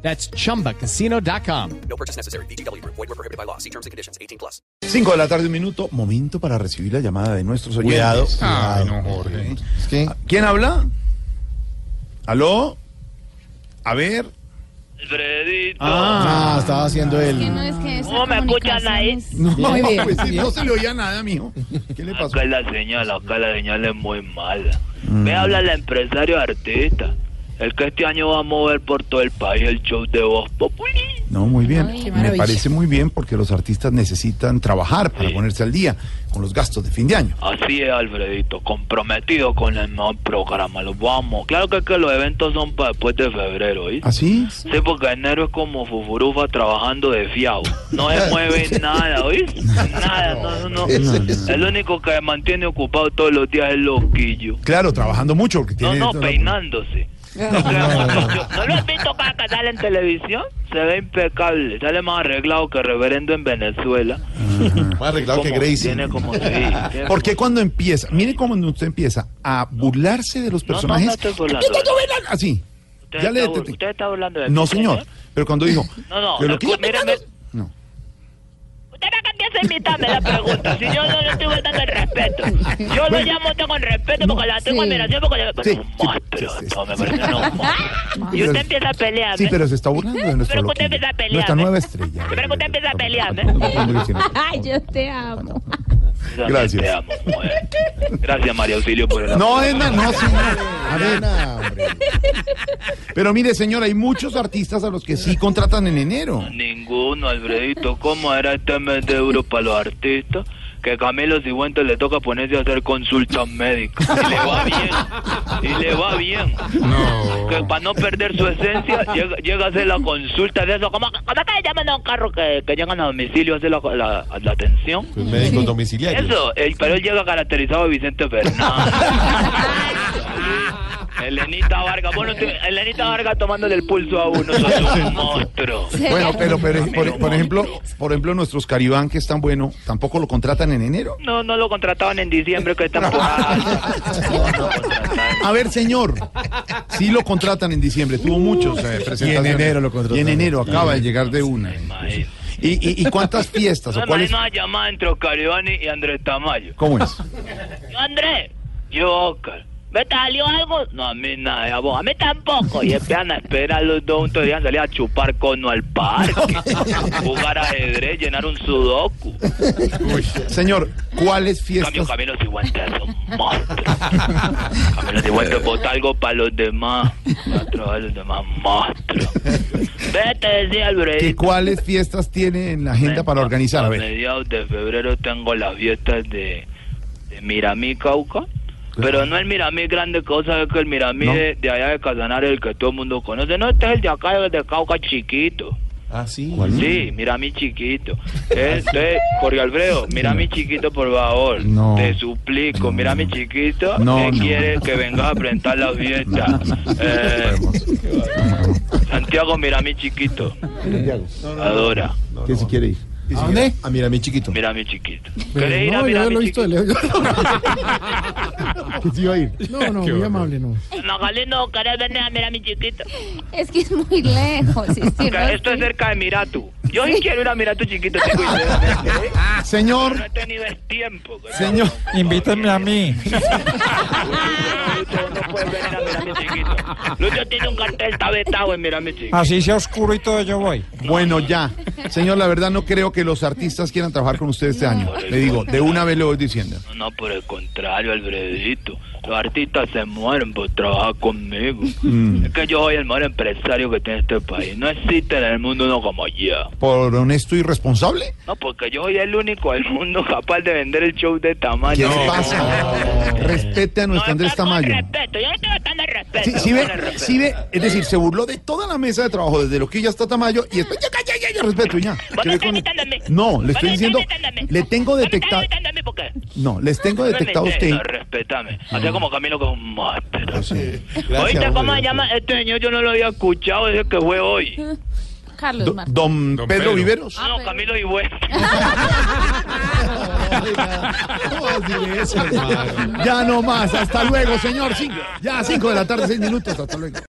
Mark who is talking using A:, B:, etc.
A: That's chumbacasino.com.
B: No purchase necessary. BGW. Void were prohibited by law. See terms and conditions. 18 plus.
C: 5 de la tarde, un minuto. Momento para recibir la llamada de nuestros oyentes.
D: Cuidado.
C: Cuidado.
D: Ay, no, Jorge.
C: Es que- ¿Quién habla? ¿Aló? A ver.
E: Alfredito.
D: Ah, estaba haciendo
F: Que
D: él.
F: no es que esa
E: ¿Cómo me escuchan ahí?
F: comunicación
C: No,
D: Muy bien.
C: pues, sí, no se le oía nada, mijo. ¿Qué le pasó?
E: Acá la señal, acá la señal es muy mala. Me habla el empresario artista, el que este año va a mover por todo el país el show de voz populi.
C: No, muy bien.
F: Ay, qué
C: Me
F: maravilla.
C: parece muy bien porque los artistas necesitan trabajar para ponerse al día con los gastos de fin de año.
E: Así es, Alfredito, comprometido con el mejor programa, lo vamos. Claro que, es que los eventos son para después de febrero, ¿oí?
C: ¿Así?
E: Sí, porque enero es como Fufurufa trabajando de fiado. No se mueve nada, ¿oís? Nada, no, no, no. El único que mantiene ocupado todos los días es Loquillo.
C: Claro, trabajando mucho porque
E: No,
C: tiene.
E: no, peinándose. No, queda mucho yo- ¿No lo has visto cada canal en televisión? Se ve impecable. Sale más arreglado que reverendo en Venezuela.
D: Más arreglado que
E: Como-
D: Gracie.
E: Tiene como... sí, tiene
C: ¿Por qué
E: como-
C: cuando empieza? Mire cómo usted empieza a burlarse de los
E: No, no, no
C: personajes.
E: estoy burlando.
C: Tú, tú, tú, ven acá. Así.
E: Usted,
C: Ya
E: está,
C: le
E: bur-
C: detecté.
E: usted está hablando de...
C: No,
E: mí,
C: señor. Pero cuando dijo.
E: No, no,
C: pero lo que
E: escu-
C: yo me
E: míreme.
C: gano- No.
E: Usted me cambió esa mitad, me la pregunta. Si yo no le estoy faltando el respeto. Yo lo
C: Bueno.
E: llamo a usted con respeto porque la tengo
F: sí.
E: admiración porque... le-
C: Sí,
E: Pero un
C: sí,
E: monstruo,
C: sí, sí,
E: no, me
C: sí.
E: parece un monstruo. Y usted empieza a pelear.
C: Sí, pero se está burlando de nuestro
E: Pero que usted
C: loquillo,
E: empieza a pelear,
C: Nuestra
E: ¿ve?
C: nueva estrella.
E: Pero que usted empieza a pelear, ¿ve?
F: Ay, yo te amo.
C: Gracias.
E: Te amo, mujer. Gracias, María Auxilio, por el
C: No,
E: apoyo.
C: es na- no, señor. A ver. Pero mire, señor, hay muchos artistas a los que sí contratan en enero.
E: Ninguno, Alfredito. ¿Cómo era este mes de euros para los artistas? Que Camilo Cifuentes le toca ponerse a hacer consultas médicas. Y le va bien. Y le va bien. Que para no perder su esencia, llega, llega a hacer la consulta de eso. ¿Cómo, cómo que le llaman a un carro que, que llegan a domicilio a hacer la, la- la atención?
D: Los médicos domiciliarios.
E: pues Eso, el, pero él llega caracterizado de Vicente Fernández. Elenita Vargas, bueno, tú- Elenita Vargas tomándole el pulso a uno, sos un monstruo.
C: Bueno, pero, pero, por, por ejemplo, por ejemplo, nuestros Caribán, que es tan bueno, tampoco lo contratan en enero.
E: No, no lo contrataban en diciembre, que es temporada. alta. No, no lo contrataban.
C: A ver, señor, sí lo contratan en diciembre, tuvo muchos eh, presentaciones.
D: Uh, Y en enero lo contrataron.
C: Y en enero acaba de llegar de una.
E: Imagínate.
C: ¿Y, y, y cuántas fiestas o
E: No me
C: cuáles?
E: imagino la llamada entre Oscar Iván y Andrés Tamayo.
C: ¿Cómo es?
E: Yo, Andrés, yo, Oscar. ¿Me te salió algo? No, a mí nada, a vos, a mí tampoco. Y esperan, esperan los dos juntos y salir a chupar cono al parque, jugar ajedrez, llenar un sudoku.
C: Señor, ¿cuáles
E: cambio,
C: fiestas?
E: Camilo Cifuentes es un monstruo. Camilo Cifuentes vota algo para los demás. Para trabajar los demás monstruos. Vete, decía
C: ¿Que
E: Alfredito.
C: ¿Cuáles fiestas tiene en la agenda para organizar? A
E: A
C: ver.
E: mediados de febrero tengo las fiestas de, de Miramí, Cauca. Pero no el Miramí grande cosa, es que el Miramí
C: No.
E: de, de allá de Casanare, el que todo el mundo conoce. No, este es el de acá, el de Cauca chiquito.
D: Ah, sí.
E: Sí, mira mi chiquito. Este, Jorge Alfredo, mira mi chiquito, por favor.
C: No.
E: Te suplico, mira mi chiquito.
C: No,
E: que
C: no.
E: quiere que vengas a presentar la fiesta. Eh, Santiago, mira mi chiquito. Adora,
D: ¿Qué si quiere ir?
C: Ah,
D: ¿A dónde? A mira, mi chiquito.
E: mira mi chiquito.
G: Pero
E: ¿Querés ir a
G: no,
E: mira
G: ya lo he
E: mi
G: visto de
E: chiquito?
G: lejos.
D: ¿Qué si iba a ir?
G: No, no, muy amable, no.
E: No, Galindo, ¿querés venir a mira mi chiquito?
F: Es que es muy lejos. Es que no
E: Que Esto es
F: estoy-
E: cerca de Miratu. Yo sí quiero ir a Miratu chiquito, tengo idea. No
C: Señor,
E: he tenido el tiempo. que-
C: señor.
H: Invítame a mí.
E: Lucho, no puedes venir a Mirami Chiquito. Lucho tiene un cartel tabetado en Mirami Chiquito.
H: Así sea oscuro y todo, yo voy.
C: Bueno, ya. Señor, la verdad no creo que los artistas quieran trabajar con usted este año. Le digo, de una vez le voy diciendo.
E: No, No, por el contrario, Alfredito. Los artistas se mueren por trabajar conmigo. Es que yo soy el mejor empresario que tiene este país. No existe en el mundo uno como yo.
C: ¿Por honesto y responsable?
E: No, porque yo soy el único del mundo capaz de vender el show de
C: ¿Qué
E: tamaño.
C: le pasa? Respete a
E: No,
C: nuestro Andrés
E: está con
C: Tamayo.
E: respeto. Yo no estoy tratando de respeto.
C: Sí, sí ve,
E: Con el respeto.
C: sí ve, es decir, se burló de toda la mesa de trabajo, desde lo que ya está Tamayo, y después... Tenga respeto, ya.
G: Vos
C: Que
G: me
C: ve
G: estás
C: con-
G: imitándome.
C: No,
G: Vos
C: le estoy
G: me estás
C: diciendo.
G: imitándome.
C: Le tengo
G: Vos me estás
C: detectado.
G: imitándome porque-
C: No, les tengo detectado a usted. Ah.
E: No, respetame. Hacía como Camilo que es un máster.
C: Sí.
D: Gracias,
E: Ahorita, ¿cómo
D: Jorge.
E: se llama este señor? Yo no lo había escuchado desde que fue hoy.
F: Carlos
C: Do-
F: Martín.
C: Don, Pedro,
D: Pedro.
C: Viveros.
E: No, Camilo y bueno.
C: Ya no más. Hasta luego, señor. Cin- Ya, cinco de la tarde, seis minutos. Hasta luego.